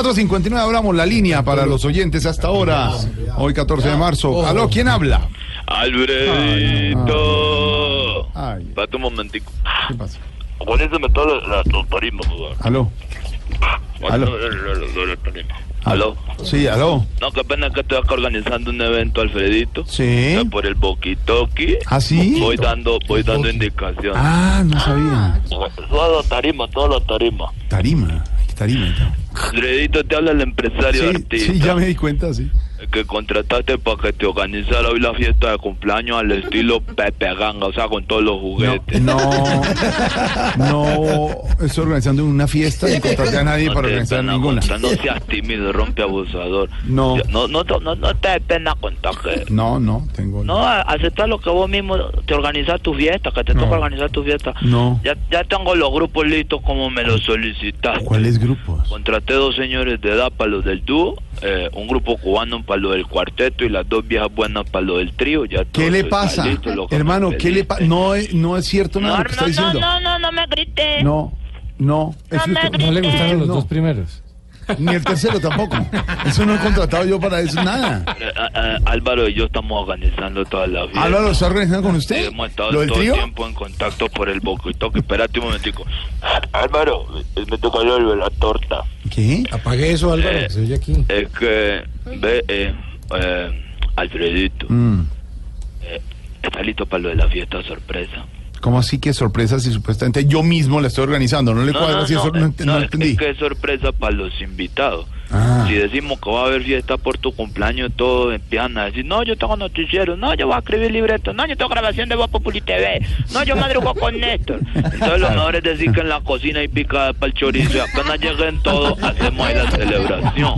4.59 abramos la línea para los oyentes hasta ahora. Hoy 14 de marzo. Aló, ¿quién habla? Alfredito. Ay, Espérate un momentico. ¿qué pasa? ¿Cuál es el metal de la torparima, weón? Aló. Aló. Aló. Sí, aló. No, qué pena que estoy acá organizando un evento, Alfredito. Sí. Ya Por el boquitoqui. ¿Ah, sí? Voy dando, voy dando indicaciones. Ah, no sabía. Toda la tarima, toda la tarima. Tarima. Tarima. está. Alfredito, te habla el empresario Sí, artista. sí, ya me di cuenta, sí. que contrataste para que te organizara hoy la fiesta de cumpleaños al estilo Pepe Ganga, o sea, con todos los juguetes. No, no estoy organizando una fiesta ni contraté a nadie para te dé organizar pena ninguna. contar, no seas tímido, rompe abusador. No. Ya, No, no, te- no, no te dé pena contar que... No, no, tengo. No, a- acepta lo que vos mismo te organizas tu fiesta, que te No. toca organizar tu fiesta. No. Ya, ya tengo los grupos listos como me lo solicitaste. ¿Cuáles grupos? Contraté dos señores de edad para los del dúo, eh, un grupo cubano para lo del cuarteto y las dos viejas buenas para lo del trío. Ya todo ¿Qué le está pasa? pues, listo, lo que Hermano, me ¿qué le pediste. pasa? No, es- no es cierto nada No, de lo que está no, no, diciendo. no, no, no me grites. No, no. es No me justo. grite. No le gustaron los No. dos primeros. Ni el tercero tampoco. Eso no he contratado yo para eso, nada. Eh, eh, eh, Álvaro y yo estamos organizando toda la vida. Álvaro, ¿está organizando con usted? Hemos estado ¿Lo del todo el trío? tiempo en contacto por el boquitoque. Espérate un momentico. Álvaro, eh, me toca lo de la torta. ¿Qué? Apague eso, Álvaro, Eh. que se oye aquí. Es que, ve, eh, eh, Alfredito, Mm, ¿estás listo para lo de la fiesta sorpresa? ¿Cómo así que sorpresa si supuestamente yo mismo la estoy organizando? No le cuadra si eso no, eh, ent- no es- entendí. Es que es sorpresa para los invitados. Ah. Si decimos que va a haber fiesta por tu cumpleaños, todos empiezan a decir, no, yo tengo noticiero, no, yo voy a escribir libreto, no, yo tengo grabación de Voz Populi TV, no, yo madrugo con Néstor. Entonces lo mejor es decir que en la cocina hay picada para el chorizo, y apenas lleguen todos, hacemos ahí la celebración.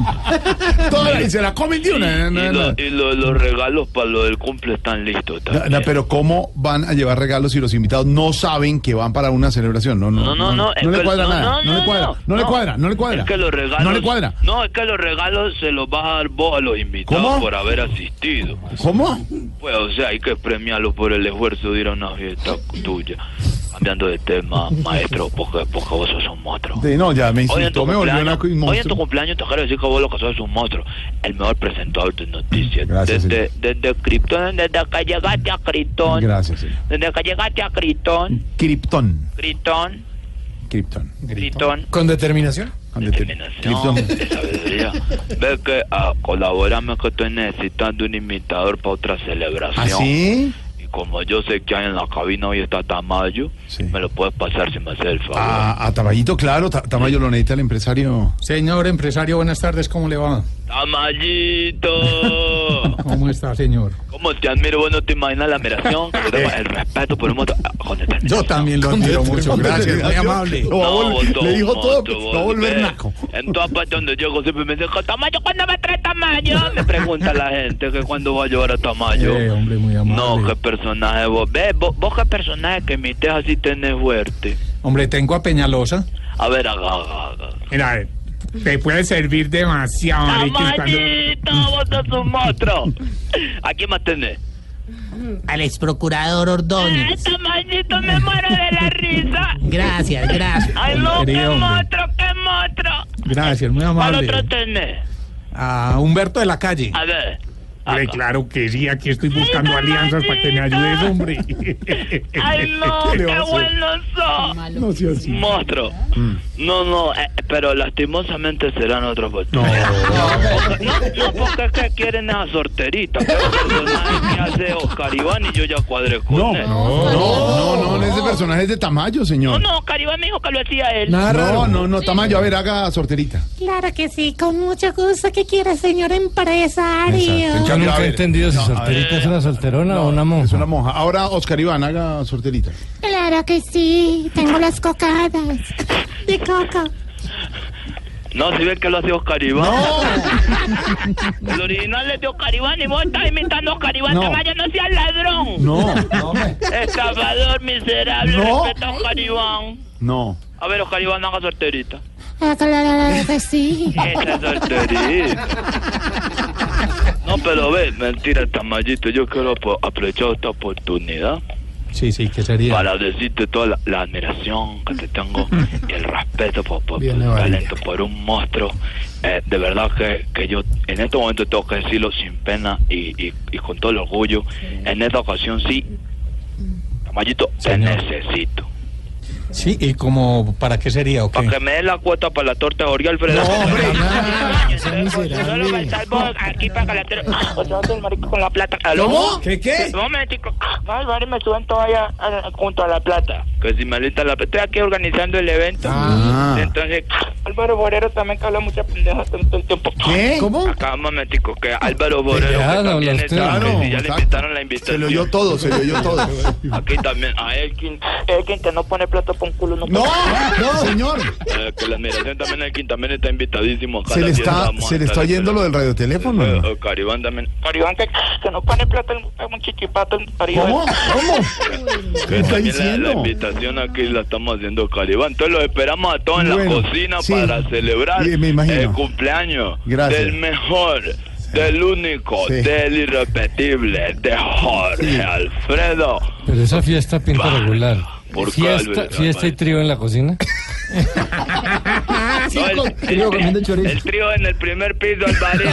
Toda y se la comen de una. no, Y, y no, lo- no. y lo- los regalos para lo del cumple están listos. No, también. no, pero ¿cómo van a llevar regalos si los invitados no saben que van para una celebración? No, no, No, no, no. es le que- cuadra no, nada. no, No le no, cuadra. No le cuadra. No le cuadra. Es que los regalos. No le cuadra. No, es que los regalos se los vas a dar vos a los invitados ¿Cómo? por haber asistido. ¿Cómo? Pues, o sea, hay que premiarlos por el esfuerzo de ir a una fiesta tuya. Cambiando de tema, maestro, porque, porque vos sos un monstruo. Sí, no, ya me Hoy en, tu insultó. Me volvió una cumpleaños, un hoy en tu monstruo. cumpleaños te quiero decir que vos lo que sos un monstruo. El mejor presentador de noticias. Gracias, desde, desde Krypton, desde que llegaste a Krypton. Gracias, sí. Desde que llegaste a Krypton, Krypton. Krypton, Krypton. Krypton. ¿Con determinación? Con dete- Krypton. determinación, de sabiduría. Ve que ah, colaborame que estoy necesitando un imitador para otra celebración. ¿Ah, sí? Y como yo sé que hay en la cabina hoy está Tamayo, Sí. Ah. me lo puedes pasar si me haces el favor. A, a Tamayito, claro. Ta- Tamayo lo necesita el empresario. Señor empresario, buenas tardes, ¿cómo le va? ¡Tamayito! ¿Cómo está, señor? ¿Cómo te admiro? Vos no te imaginas la admiración, que yo tengo el respeto por un montón. Ah, con determinación. Yo también lo admiro mucho, gracias, muy amable. Lo va a vol- vos sos le un dijo todo, monstruo, pero vos, va a volver ve. naco. En todas partes donde llego siempre me dicen, Tamayo, ¿cuándo me trae Tamayo? Me pregunta la gente que cuándo va a llevar a Tamayo. Eh, hombre, muy amable. No, qué personaje vos. Ve, vos, vos qué personaje que imites así tenés fuerte. Hombre, tengo a Peñalosa. A ver, haga, haga, haga. Mira, a ver, te puede servir demasiado, marica, cuando- ¡Tamayito, vos sos un monstruo! ¿A quién más tenés? al ex procurador Ordóñez. Tamayito, me muero de la risa. Gracias, gracias. Ay, no, qué Querido hombre. monstruo, qué monstruo. Gracias, muy ¿Cuál amable. otro tenés? A Humberto de la calle. A ver. Hombre, acá. claro que sí, aquí estoy buscando alianzas para que me ayudes, hombre. Ay, no, ¿Qué le va a qué hacer? bueno sos. No, sí, así. Monstruo. No, no, eh, pero lastimosamente serán otros No. botones. No, no, porque es que quieren a sorterita. Que es el personaje que hace Oscar Iván y yo ya cuadré con No, él. no, no, no, ese personaje es de Tamayo, no, señor. no, Oscar Iván me dijo que lo hacía él. Nada No, raro. no, no, Tamayo, a ver, haga sorterita. Claro que sí, con mucho gusto. ¿Qué quiere, señor empresario? Exacto. Yo Cambio, a nunca he ver. entendido si No, a solterita es una solterona o una monja. Es una monja. Ahora, Oscar Iván, haga sorterita. Claro que sí, tengo las cocadas de coco. No, si ven que lo hace Oscar Iván. No, El original es de Oscar Iván y vos estás imitando a Oscar Iván. No. Tamayo, no seas ladrón. no, Estafador, miserable, No. respeta a Oscar Iván. no. A ver, Oscar Iván, haga sorterita. Ah, Claro que sí. Esa es sorterita. No, pero ve, mentira, Tamayito, yo quiero apro- aprovechar esta oportunidad Sí, sí, ¿qué sería? para decirte toda la, la admiración que te tengo y el respeto por, por Bien, tu Eva, talento, por un monstruo. Eh, de verdad que, que yo en este momento tengo que decirlo sin pena y, y- y con todo el orgullo. En esta ocasión sí, Tamayito, te Señor. necesito. Sí, ¿y como para qué sería o qué? Para que me des la cuota para la torta de Oriol, Alfredo. No, hombre. Solo faltas vos aquí para que la torta- Ah, pues, ¿dónde el marico con la plata. ¿Aló? ¿Qué qué? Un momentico. Ah, Vamos, vale, me suben todos allá ah, junto a la plata. Que si malita la plata, estoy aquí organizando el evento. Ah, Entonces, Álvaro Borero también que habla mucha pendeja tanto el tiempo. ¿Cómo? Acá un momentico, que Álvaro Borero Ya, que también habla está, usted. Claro, que si ya le exacto. invitaron la invitación. Se lo oyó todo, se lo oyó todo. Aquí también, a eh, Elkin, Elkin que no pone plata por un culo nunca. No, no, señor. Eh, que la admiración también, Elkin también está invitadísimo. acá a Se le las 10 de está, se la le está mañana. oyendo lo del radioteléfono. Eh, ¿no? eh, Caribán también. Caribán que, que no pone plata en un chichipato en Caribán. ¿Cómo? ¿Cómo? ¿Qué está También la, la diciendo? invitación aquí la estamos haciendo Caribán. Entonces los esperamos a todos en Bueno, la cocina sí. para celebrar Sí, me imagino. el cumpleaños Gracias. del mejor, del único, Sí. del irrepetible, de Jorge Sí. Alfredo. Pero esa fiesta pinta regular. ¿Por qué, Fiesta, Alberto? fiesta y trío en la cocina. No, el, el- el trío en el primer piso, Alvarito.